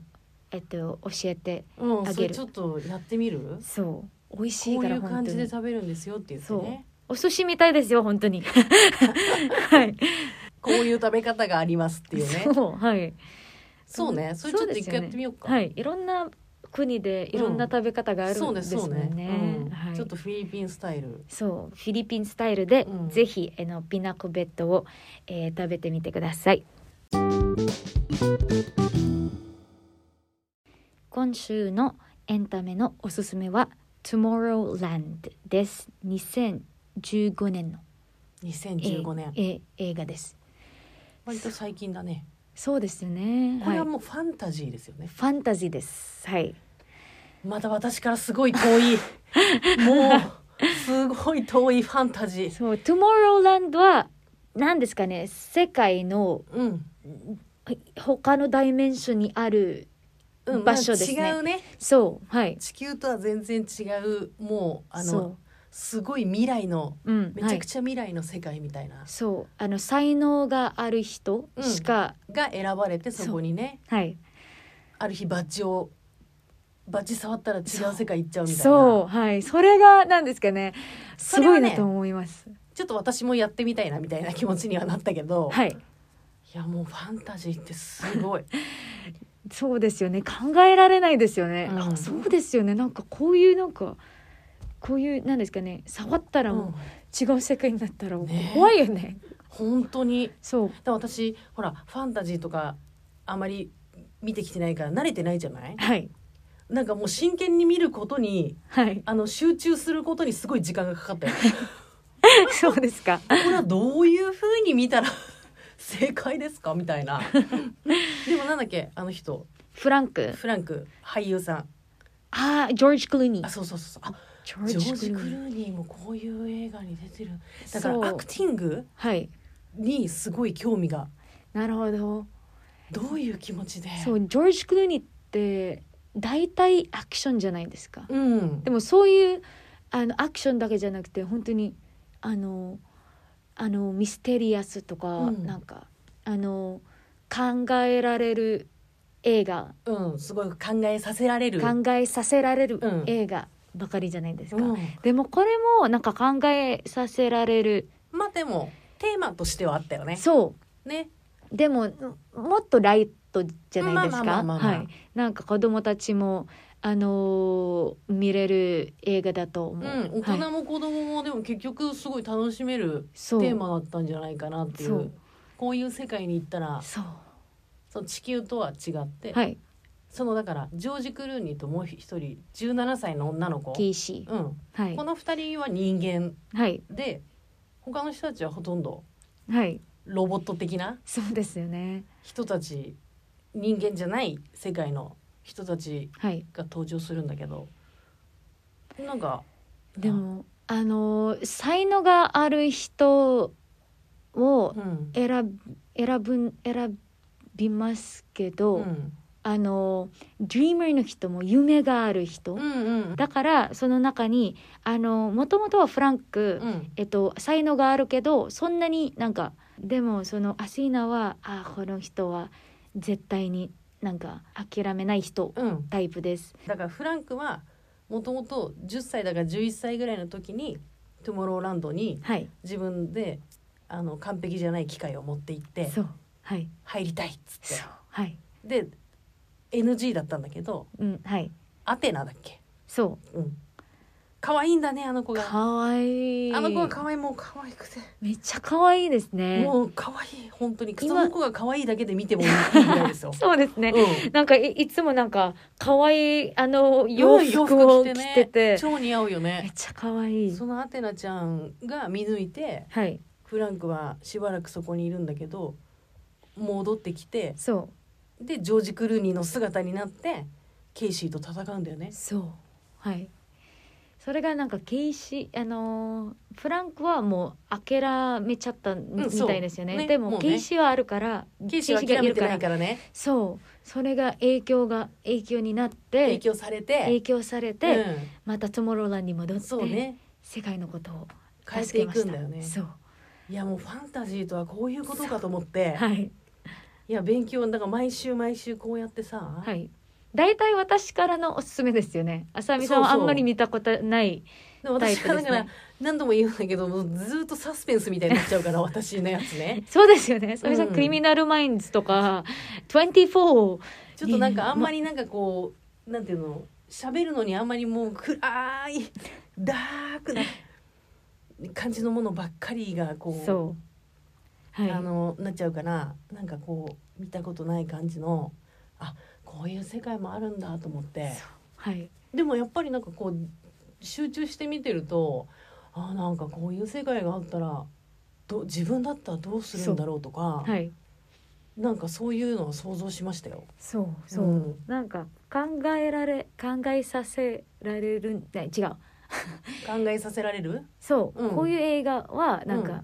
[SPEAKER 1] えっと教えて
[SPEAKER 2] うん
[SPEAKER 1] あ
[SPEAKER 2] そ
[SPEAKER 1] げ
[SPEAKER 2] れ
[SPEAKER 1] る
[SPEAKER 2] ちょっとやってみる
[SPEAKER 1] そう美味しい
[SPEAKER 2] こう
[SPEAKER 1] か
[SPEAKER 2] い
[SPEAKER 1] ら
[SPEAKER 2] う
[SPEAKER 1] 本
[SPEAKER 2] 感
[SPEAKER 1] 当
[SPEAKER 2] じで
[SPEAKER 1] に
[SPEAKER 2] 食べるんですよって言ってね
[SPEAKER 1] お寿司みたいですよ本当 (laughs) にはい
[SPEAKER 2] こういう食べ方がありますっていうね
[SPEAKER 1] そうはい
[SPEAKER 2] そうねそれちょっと一回やってみようか
[SPEAKER 1] はいいろんな国でいろんな食べ方がある
[SPEAKER 2] そうんね
[SPEAKER 1] です
[SPEAKER 2] そ
[SPEAKER 1] も
[SPEAKER 2] うんね
[SPEAKER 1] ね
[SPEAKER 2] うん
[SPEAKER 1] はい
[SPEAKER 2] ちょっとフィリピンスタイル
[SPEAKER 1] そうフィリピンスタイルで、
[SPEAKER 2] うん
[SPEAKER 1] ぜひあのピナコベッドを、えー食べてみてください今週のエンタメのおすすめは Tomorrowland です2015年の、えー
[SPEAKER 2] 2015年
[SPEAKER 1] えー映画です
[SPEAKER 2] 割と最近だね
[SPEAKER 1] そうですよね
[SPEAKER 2] これは
[SPEAKER 1] はい、
[SPEAKER 2] もうファンタジーですよね
[SPEAKER 1] ファンタジーですはい
[SPEAKER 2] また私からすごい遠
[SPEAKER 1] (laughs)
[SPEAKER 2] いもうすごい遠いファンタジー
[SPEAKER 1] そう Tomorrowland は何ですかね世界の
[SPEAKER 2] うん、
[SPEAKER 1] 他のダイメンションにある
[SPEAKER 2] うん、
[SPEAKER 1] 場所ですね
[SPEAKER 2] まあ違うね
[SPEAKER 1] そうはい
[SPEAKER 2] 地球とは全然違うもうあ
[SPEAKER 1] そ
[SPEAKER 2] のすごい未来の
[SPEAKER 1] う、うん、
[SPEAKER 2] めちゃく
[SPEAKER 1] ゃ、
[SPEAKER 2] ちゃ未来の世界みたいな、
[SPEAKER 1] はい、そうあの才能がある人しか、
[SPEAKER 2] が選ばれてそこにね
[SPEAKER 1] はい
[SPEAKER 2] ある日バッジをバッジ触ったら違う世界行っちゃうみたいな
[SPEAKER 1] そうはいそれがなんですかねす
[SPEAKER 2] それ
[SPEAKER 1] ご
[SPEAKER 2] はいね
[SPEAKER 1] なと思います
[SPEAKER 2] ちょっと私もやってみたいなみたいな気持ちにはなったけど、
[SPEAKER 1] はい
[SPEAKER 2] いやもうファンタジーってすごい
[SPEAKER 1] そうですよね考えられないですよね、
[SPEAKER 2] うん
[SPEAKER 1] あそうですよねなんかこういうなんかこういうなんですかね触ったら
[SPEAKER 2] うん
[SPEAKER 1] もう違う世界になったらもう
[SPEAKER 2] ね
[SPEAKER 1] 怖いよね
[SPEAKER 2] 本当に
[SPEAKER 1] そう
[SPEAKER 2] でも私ほらファンタジーとかあまり見てきてないから慣れてないじゃない
[SPEAKER 1] はい
[SPEAKER 2] なんかもう真剣に見ることに (laughs)
[SPEAKER 1] はい
[SPEAKER 2] あの集中することにすごい時間がかかったよ
[SPEAKER 1] そうですか
[SPEAKER 2] これはどういうふ (laughs) うに見たら正解ですかみたいなでもなんだっけあの人
[SPEAKER 1] フフランク
[SPEAKER 2] フランク俳優さん
[SPEAKER 1] ああジョージ・クルーニ
[SPEAKER 2] あ
[SPEAKER 1] ー
[SPEAKER 2] そうそうそうそう
[SPEAKER 1] ジ
[SPEAKER 2] あジョージ・
[SPEAKER 1] ク
[SPEAKER 2] ク
[SPEAKER 1] ル
[SPEAKER 2] ル
[SPEAKER 1] ーニー
[SPEAKER 2] ーニーもこういう映画に出てるだか
[SPEAKER 1] そう
[SPEAKER 2] らアクティング
[SPEAKER 1] はい
[SPEAKER 2] にすごい興味が
[SPEAKER 1] なるほど
[SPEAKER 2] どういう気持ちで
[SPEAKER 1] そうジョージ・クルーニーって大体アクションじゃないですか
[SPEAKER 2] うん
[SPEAKER 1] でもそういうあのアクションだけじゃなくて本当にあのあのミステリアスとか、
[SPEAKER 2] うん
[SPEAKER 1] なんかあの考えられる映画、
[SPEAKER 2] うんすごい考えさせられる
[SPEAKER 1] 考えさせられる
[SPEAKER 2] うん
[SPEAKER 1] 映画ばかりじゃないですか、
[SPEAKER 2] うん
[SPEAKER 1] でもこれもなんか考えさせられる、
[SPEAKER 2] まあでもテーマとしてはあったよね
[SPEAKER 1] そ
[SPEAKER 2] ね
[SPEAKER 1] うでももっとライトじゃないです
[SPEAKER 2] まあま
[SPEAKER 1] か
[SPEAKER 2] あまあまあまあ
[SPEAKER 1] はいなんか子供たちもあのー見れる映画だと思
[SPEAKER 2] う
[SPEAKER 1] う、
[SPEAKER 2] ん
[SPEAKER 1] は
[SPEAKER 2] 大
[SPEAKER 1] い
[SPEAKER 2] 人も子供もでも結局すごい楽しめるテ
[SPEAKER 1] そう
[SPEAKER 2] ーマだったんじゃないかなってい
[SPEAKER 1] そうう
[SPEAKER 2] こういう世界に行ったら
[SPEAKER 1] そう
[SPEAKER 2] その地球とは違って、
[SPEAKER 1] はい
[SPEAKER 2] そのだからジョージ・クルーニーともう一人17歳の女の子、
[SPEAKER 1] キーシー
[SPEAKER 2] うん、
[SPEAKER 1] はい
[SPEAKER 2] この二人は人間
[SPEAKER 1] はい
[SPEAKER 2] で他の人たちはほとんど
[SPEAKER 1] はい
[SPEAKER 2] ロボット的な
[SPEAKER 1] そうですよね
[SPEAKER 2] 人たち人間じゃない世界の人たち
[SPEAKER 1] はい
[SPEAKER 2] が登場するんだけどなんか
[SPEAKER 1] で、もあのー才能がある人を
[SPEAKER 2] うん
[SPEAKER 1] 選ぶ選ぶ選びますけ
[SPEAKER 2] う
[SPEAKER 1] ど、
[SPEAKER 2] ん、
[SPEAKER 1] あのドリーマーの人も夢がある人、
[SPEAKER 2] うんうん
[SPEAKER 1] だからその中にあのもともとはフランク、
[SPEAKER 2] うん
[SPEAKER 1] えっと、才能があるけどそんなになんかでもそのアシーナはあこの人は絶対になんか諦めない人
[SPEAKER 2] うん、
[SPEAKER 1] タイプです。
[SPEAKER 2] だからフランクはもともと10歳だから11歳ぐらいの時にトゥモローランドに
[SPEAKER 1] はい、
[SPEAKER 2] 自分であの完璧じゃない機械を持って行って
[SPEAKER 1] そうはい
[SPEAKER 2] 入りたいっつ
[SPEAKER 1] そう
[SPEAKER 2] っ
[SPEAKER 1] はい、
[SPEAKER 2] てで NG だったんだけど
[SPEAKER 1] うんはい、
[SPEAKER 2] アテナだっけ
[SPEAKER 1] そ
[SPEAKER 2] うん可愛いんだねあの子
[SPEAKER 1] う
[SPEAKER 2] が
[SPEAKER 1] かわいい
[SPEAKER 2] あの子が可愛いもう可愛くて、
[SPEAKER 1] めっちゃかわいいですね。
[SPEAKER 2] もう可愛い本当にそ
[SPEAKER 1] 今
[SPEAKER 2] の子が可愛いだけで見てもいいぐらいですよ
[SPEAKER 1] そうですね、
[SPEAKER 2] う
[SPEAKER 1] なんかいいつもなんか可愛いあの
[SPEAKER 2] ん
[SPEAKER 1] 洋服を着
[SPEAKER 2] 洋ね
[SPEAKER 1] てて、
[SPEAKER 2] 超似合うよ
[SPEAKER 1] めっ
[SPEAKER 2] ね
[SPEAKER 1] ちゃ可愛い
[SPEAKER 2] そのアテナちゃんが見抜いて
[SPEAKER 1] はい
[SPEAKER 2] フランクはしばらくそこにいるんだけど戻ってきて
[SPEAKER 1] そ
[SPEAKER 2] でジョージ・クルーニーの姿になってケイシーと戦うんだよね
[SPEAKER 1] う。そうはいそれがなんかケイシあのーフランクはもう諦めちゃったみ
[SPEAKER 2] そう
[SPEAKER 1] たいですよね,、
[SPEAKER 2] ね
[SPEAKER 1] で
[SPEAKER 2] も
[SPEAKER 1] も
[SPEAKER 2] うね
[SPEAKER 1] ケイシはあるから
[SPEAKER 2] ケイシーは
[SPEAKER 1] ケイシ
[SPEAKER 2] 諦
[SPEAKER 1] がい
[SPEAKER 2] め
[SPEAKER 1] る
[SPEAKER 2] て
[SPEAKER 1] か
[SPEAKER 2] な
[SPEAKER 1] ら
[SPEAKER 2] いからね
[SPEAKER 1] そうそれが影響が影響になって
[SPEAKER 2] 影響され
[SPEAKER 1] 影
[SPEAKER 2] て、
[SPEAKER 1] 響され
[SPEAKER 2] う
[SPEAKER 1] て、
[SPEAKER 2] ん、
[SPEAKER 1] またトゥモローランに戻って、
[SPEAKER 2] そうね
[SPEAKER 1] 世界のことを
[SPEAKER 2] 変え
[SPEAKER 1] 助け
[SPEAKER 2] てい
[SPEAKER 1] ま
[SPEAKER 2] く
[SPEAKER 1] し
[SPEAKER 2] ん
[SPEAKER 1] た
[SPEAKER 2] だよね。
[SPEAKER 1] そう
[SPEAKER 2] いやもうファンタジーとはこういうことかと思って、
[SPEAKER 1] はい
[SPEAKER 2] いや勉強だから毎週毎週こうやってさ、
[SPEAKER 1] はい大体私からのおすすめですよねあさみさんは
[SPEAKER 2] そ
[SPEAKER 1] あ
[SPEAKER 2] うそうん
[SPEAKER 1] まり見たことない
[SPEAKER 2] でも私は
[SPEAKER 1] タイプで
[SPEAKER 2] だ
[SPEAKER 1] す
[SPEAKER 2] か
[SPEAKER 1] ね
[SPEAKER 2] ら何度も言うんだけどもうずっとサスペンスみたいになっちゃうから私のやつね
[SPEAKER 1] そうですよね。それさ、
[SPEAKER 2] うん
[SPEAKER 1] クリミナルマインズとか、24。
[SPEAKER 2] ちょっとなんかあんまりなんかこうなんていうの喋るのにあんまりもう暗いダークな感じのものばっかりがこう
[SPEAKER 1] そう。はい。
[SPEAKER 2] あのなっちゃうからなんかこう見たことない感じのあこういう世界もあるんだと思って
[SPEAKER 1] はい。
[SPEAKER 2] でもやっぱりなんかこう集中して見てるとあなんかこういう世界があったらど自分だったらどうするんだろうとか
[SPEAKER 1] はい。
[SPEAKER 2] なんかそういうのを想像しましたよ。
[SPEAKER 1] そう、そう。
[SPEAKER 2] うん
[SPEAKER 1] なんか、考えられ、考えさせられるん、ね、違う。
[SPEAKER 2] 考えさせられる
[SPEAKER 1] そう、
[SPEAKER 2] うん
[SPEAKER 1] こういう映画は、なん
[SPEAKER 2] う
[SPEAKER 1] か、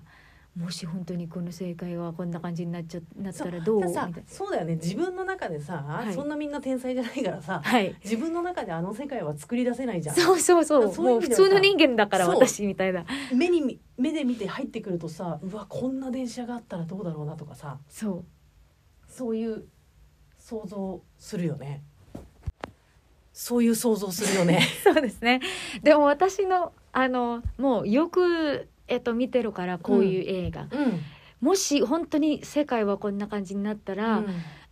[SPEAKER 1] もし本当にこの正解はこんな感じになっちゃ、なったらどう
[SPEAKER 2] ただ
[SPEAKER 1] みた
[SPEAKER 2] さ
[SPEAKER 1] いな。
[SPEAKER 2] そうだよね自分の中でさ、
[SPEAKER 1] い
[SPEAKER 2] そんなみんな天才じゃないから (laughs) さ
[SPEAKER 1] はい。
[SPEAKER 2] 自分の中であの世界は作り出せないじゃん。
[SPEAKER 1] そうそうそう。
[SPEAKER 2] そうい
[SPEAKER 1] も
[SPEAKER 2] う
[SPEAKER 1] う
[SPEAKER 2] 意
[SPEAKER 1] 普
[SPEAKER 2] 味ではさ
[SPEAKER 1] 通の人間だから、
[SPEAKER 2] そう
[SPEAKER 1] 私みたいな。
[SPEAKER 2] 目にみ目で見て入ってくるとさうわこんな電車があったらどうだろうなとかさ
[SPEAKER 1] そう。 (laughs)
[SPEAKER 2] そういう想像するよねそういう想像するよね
[SPEAKER 1] そうですね。でも私のあのもうよくえっと見てるからこういう映画。
[SPEAKER 2] (laughs) うん、うん
[SPEAKER 1] もし本当に世界はこんな感じになったら、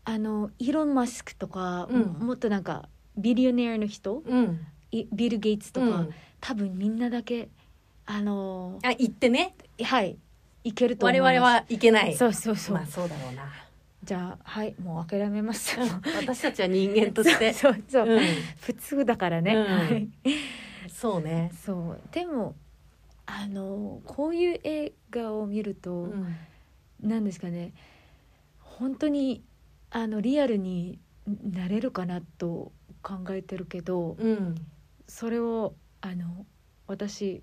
[SPEAKER 1] あのイーロンマスクとか、
[SPEAKER 2] うん
[SPEAKER 1] もっとなんかビリオネアの人、
[SPEAKER 2] うん
[SPEAKER 1] いビルゲイツとか、
[SPEAKER 2] うん
[SPEAKER 1] 多分みんなだけあの
[SPEAKER 2] あ行ってね
[SPEAKER 1] はいいけると思
[SPEAKER 2] 我
[SPEAKER 1] い
[SPEAKER 2] 々
[SPEAKER 1] ます。
[SPEAKER 2] は行けない
[SPEAKER 1] そうそうそう。
[SPEAKER 2] まあそうだろうな
[SPEAKER 1] じゃあはいもう諦めます。
[SPEAKER 2] 私たちは人間として (laughs)
[SPEAKER 1] そうそうそう、
[SPEAKER 2] うん
[SPEAKER 1] 普通だからね。
[SPEAKER 2] うん
[SPEAKER 1] はい。
[SPEAKER 2] そうね、
[SPEAKER 1] そうでもあのこういう映画を見る
[SPEAKER 2] う
[SPEAKER 1] と、
[SPEAKER 2] ん
[SPEAKER 1] なんですかね本当にあのリアルになれるかなと考えてるけど
[SPEAKER 2] うん
[SPEAKER 1] それをあの私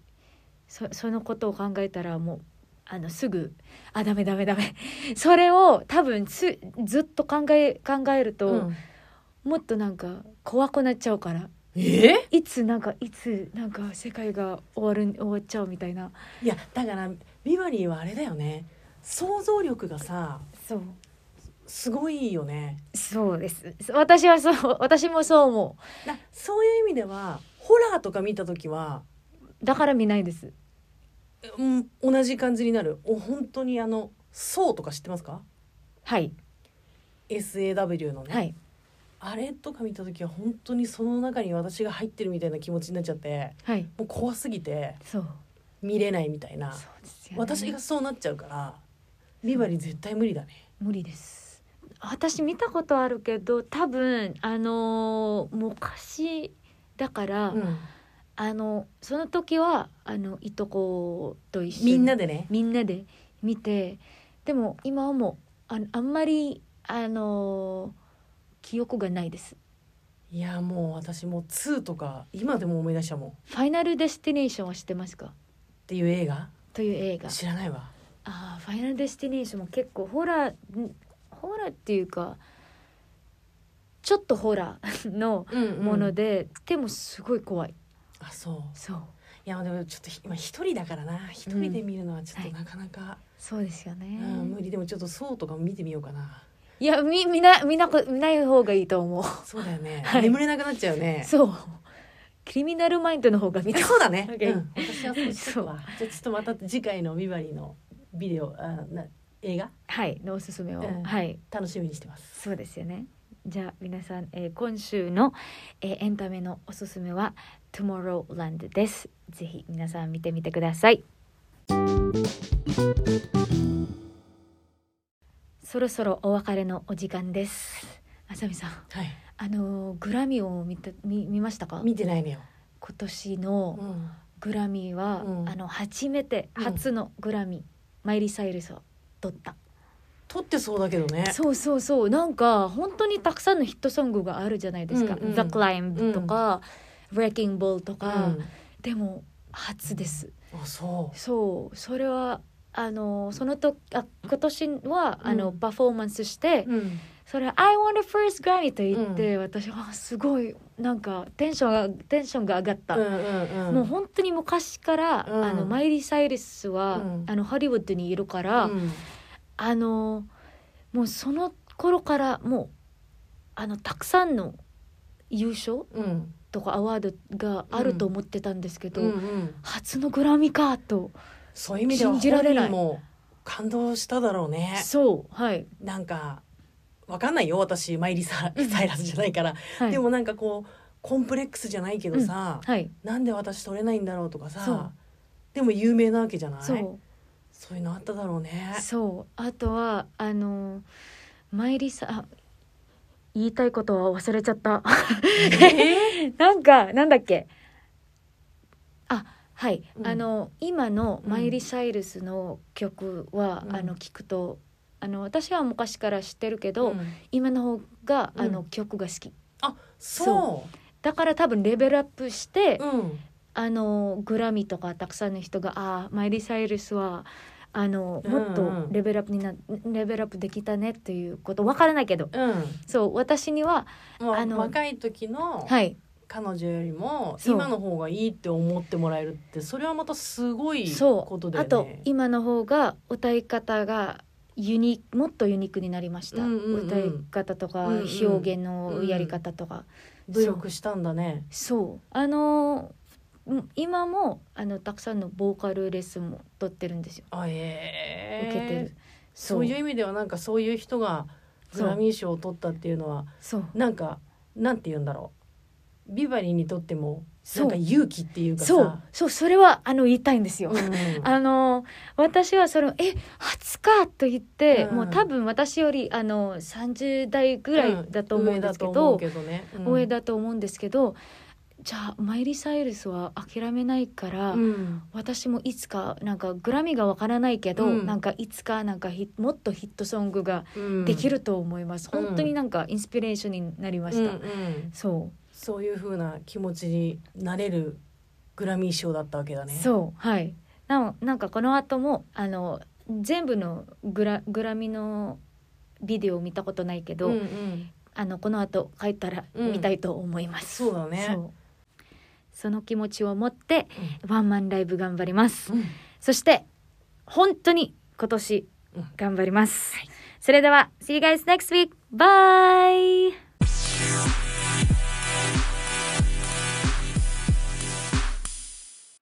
[SPEAKER 1] そそのことを考えたらもうあのすぐ「あダメダメダメ」 (laughs) それを多分つずっと考え考えると、
[SPEAKER 2] うん
[SPEAKER 1] もっとなんか怖くなっちゃうから
[SPEAKER 2] え
[SPEAKER 1] いつなんかいつなんか世界が終わる終わっちゃうみたいな
[SPEAKER 2] ーいやだからビバリーはあれだよね想像力がさ
[SPEAKER 1] そう
[SPEAKER 2] すごいよね
[SPEAKER 1] そうです私はそう私もそう思
[SPEAKER 2] だそういう意味ではホラーとか見た時は、
[SPEAKER 1] うだから見ないです
[SPEAKER 2] うん、同じ感じになるお本当にあの「そう」とか知ってますか
[SPEAKER 1] はい
[SPEAKER 2] ?SAW のね、
[SPEAKER 1] はい
[SPEAKER 2] あれとか見た時は本当にその中に私が入ってるみたいな気持ちになっちゃって
[SPEAKER 1] はい
[SPEAKER 2] もう怖すぎて
[SPEAKER 1] そう
[SPEAKER 2] 見れないみたいな、
[SPEAKER 1] そうですよね
[SPEAKER 2] 私がそうなっちゃうからビバリー絶対無理だね。
[SPEAKER 1] 無理です私見たことあるけど多分あのー昔だから、
[SPEAKER 2] うん、
[SPEAKER 1] あのその時はあのいとこと一緒に
[SPEAKER 2] みんなでね
[SPEAKER 1] みんなで見てでも今はもうああんまりあのー記憶がないです
[SPEAKER 2] いやもう私もう2とか今でも思い出したもんっ
[SPEAKER 1] 「ファイナルデスティネーション」は知ってますか
[SPEAKER 2] ていう映画
[SPEAKER 1] という映画
[SPEAKER 2] 知らないわ
[SPEAKER 1] あーファイナルデスティネーションも結構ホラーんホラーっていうかちょっとホラーのもの
[SPEAKER 2] で
[SPEAKER 1] で、でもすごい怖い
[SPEAKER 2] あそう
[SPEAKER 1] そう
[SPEAKER 2] いやでもちょっとひ今一人だからな一人で見るのはちょっとなかなか、
[SPEAKER 1] そうですよね、
[SPEAKER 2] うん無理でもちょっとそうとかも見てみようかない
[SPEAKER 1] やみ見な見なこ見ない方がいいと思う
[SPEAKER 2] そうだよね、
[SPEAKER 1] はい
[SPEAKER 2] 眠れなくなっちゃうね
[SPEAKER 1] そうクリミナルマインドの方が見
[SPEAKER 2] い
[SPEAKER 1] た
[SPEAKER 2] やそう
[SPEAKER 1] (laughs)
[SPEAKER 2] だね、
[SPEAKER 1] OK
[SPEAKER 2] うん、私はそうしとくわじゃあちょっとまた次回のビバリーのビデオあな映画
[SPEAKER 1] はいのおすすめを、
[SPEAKER 2] うん
[SPEAKER 1] はい
[SPEAKER 2] 楽しみにしてます
[SPEAKER 1] そうですよねじゃあ皆さん、えー今週の、えーエンタメのおすすめは「Tomorrowland」ですぜひ皆さん見てみてくださいそろそろお別れのお時間ですあさみさん
[SPEAKER 2] はい
[SPEAKER 1] あのーグラミーを見た見見ましたか
[SPEAKER 2] 見てないのよ、
[SPEAKER 1] 今年
[SPEAKER 2] う
[SPEAKER 1] の
[SPEAKER 2] ん、
[SPEAKER 1] グラミーは、
[SPEAKER 2] うん
[SPEAKER 1] あの初めて
[SPEAKER 2] うん
[SPEAKER 1] 初のグラミー、マイリー・サイルスを取った
[SPEAKER 2] 撮ってそうだけどね
[SPEAKER 1] そうそうそうなんか本当にたくさんのヒットソングがあるじゃないですか「
[SPEAKER 2] うんうん
[SPEAKER 1] The Climb」とか「Wrecking Ball」とか、
[SPEAKER 2] う
[SPEAKER 1] でも初です
[SPEAKER 2] ん、あそう
[SPEAKER 1] そうそれはあのその時あ今年はあの、
[SPEAKER 2] うん
[SPEAKER 1] パフォーマンスして
[SPEAKER 2] うん、
[SPEAKER 1] それは「I want a first Grammy」と言って、私はすごいなんかテンションがテンションが上がった、
[SPEAKER 2] うんうんうん
[SPEAKER 1] もう本当に昔から、
[SPEAKER 2] うん
[SPEAKER 1] あのマイリー・サイリスは、
[SPEAKER 2] うん
[SPEAKER 1] あのハリウッドにいるから、
[SPEAKER 2] うん
[SPEAKER 1] あのもうその頃からもうあのたくさんの優勝
[SPEAKER 2] うん
[SPEAKER 1] とかアワードがあると思ってたんですけ
[SPEAKER 2] う
[SPEAKER 1] ど、
[SPEAKER 2] んうん、
[SPEAKER 1] 初のグラミーかと
[SPEAKER 2] そういう意味では
[SPEAKER 1] 信じられない
[SPEAKER 2] 本人も感動しただろうね
[SPEAKER 1] そうはい、
[SPEAKER 2] なんかわかんないよ私マイリーサ
[SPEAKER 1] うん
[SPEAKER 2] サイラスじゃないから、
[SPEAKER 1] はい、
[SPEAKER 2] でもなんかこうコンプレックスじゃないけどさ、
[SPEAKER 1] はい
[SPEAKER 2] なんで私取れないんだろうとか
[SPEAKER 1] そう
[SPEAKER 2] さでも有名なわけじゃない
[SPEAKER 1] そう
[SPEAKER 2] そういうのあっただろうね
[SPEAKER 1] そうあとはあのマイリーさあ言いたいことは忘れちゃった (laughs) なんかなんだっけあはい、
[SPEAKER 2] うん
[SPEAKER 1] あの今の
[SPEAKER 2] うん
[SPEAKER 1] マイリー・サイルスの曲は、
[SPEAKER 2] うん
[SPEAKER 1] あの聞くとあの私は昔から知ってるけ
[SPEAKER 2] う
[SPEAKER 1] ど、
[SPEAKER 2] ん
[SPEAKER 1] 今の方があの、
[SPEAKER 2] うん
[SPEAKER 1] 曲が好き
[SPEAKER 2] あそ
[SPEAKER 1] だから多分レベルアップして、
[SPEAKER 2] ううん
[SPEAKER 1] あのグラミーとかたくさんの人があーマイリー・サイルスはあのもっ
[SPEAKER 2] う
[SPEAKER 1] と
[SPEAKER 2] んうん
[SPEAKER 1] レベルアップにな、レベルアップできたねっていうことわからないけど
[SPEAKER 2] うん
[SPEAKER 1] そう私には
[SPEAKER 2] もう
[SPEAKER 1] あの
[SPEAKER 2] 若い時の
[SPEAKER 1] はい
[SPEAKER 2] 彼女よりも
[SPEAKER 1] そう
[SPEAKER 2] 今の方がいいって思ってもらえるってそれはまたすごい
[SPEAKER 1] そう
[SPEAKER 2] ことだよ
[SPEAKER 1] あ
[SPEAKER 2] ね
[SPEAKER 1] と今の方が歌い方がユニもっとユニークになりました、
[SPEAKER 2] うんうんうん
[SPEAKER 1] 歌い方とか
[SPEAKER 2] うんうん
[SPEAKER 1] 表現のやり方とか、
[SPEAKER 2] 努力したんだね
[SPEAKER 1] そうあのうん今もあのたくさんのボーカルレッスンも取ってるんですよ
[SPEAKER 2] あええ
[SPEAKER 1] 受けてる、
[SPEAKER 2] そういう意味ではなんかそういう人がグラミー賞を取ったっていうのは
[SPEAKER 1] そう
[SPEAKER 2] なんかなんて言うんだろうビバリーにとっても
[SPEAKER 1] そ
[SPEAKER 2] な
[SPEAKER 1] うん
[SPEAKER 2] か勇気っていうかさ
[SPEAKER 1] そうそうそれはあの言いたいんですよ
[SPEAKER 2] う。ん
[SPEAKER 1] あの私はその「え初か!」と言って、
[SPEAKER 2] うん
[SPEAKER 1] もう多分私よりあの30代ぐらいだと思うんですけ
[SPEAKER 2] 上だと思
[SPEAKER 1] ど、
[SPEAKER 2] うけどね、うん
[SPEAKER 1] 上だと思うんですけどじゃあマイリー・サイルスは諦めないから、
[SPEAKER 2] うん
[SPEAKER 1] 私もいつかなんかグラミーがわからないけど、
[SPEAKER 2] うん
[SPEAKER 1] なんかいつかなんかヒもっとヒットソングが
[SPEAKER 2] うん
[SPEAKER 1] できると思います、
[SPEAKER 2] うん
[SPEAKER 1] 本当になんかインスピレーションになりま
[SPEAKER 2] うん
[SPEAKER 1] し
[SPEAKER 2] う
[SPEAKER 1] た、
[SPEAKER 2] ん
[SPEAKER 1] そ
[SPEAKER 2] そういう風な気持ちになれるグラミー賞だったわけだ
[SPEAKER 1] う、
[SPEAKER 2] ね。
[SPEAKER 1] そうはいなおなんかこの後もあの全部のグラグラミーのビデオを見たことないけど、
[SPEAKER 2] うんうん
[SPEAKER 1] あのこの後帰ったら
[SPEAKER 2] うん
[SPEAKER 1] 見たいと思います、
[SPEAKER 2] そうだね
[SPEAKER 1] そうその気持ちを持ってワンマンライブ頑張ります
[SPEAKER 2] うん
[SPEAKER 1] そして本当に今年
[SPEAKER 2] うん
[SPEAKER 1] 頑張ります。
[SPEAKER 2] はい
[SPEAKER 1] それでは See you guys next week. Bye.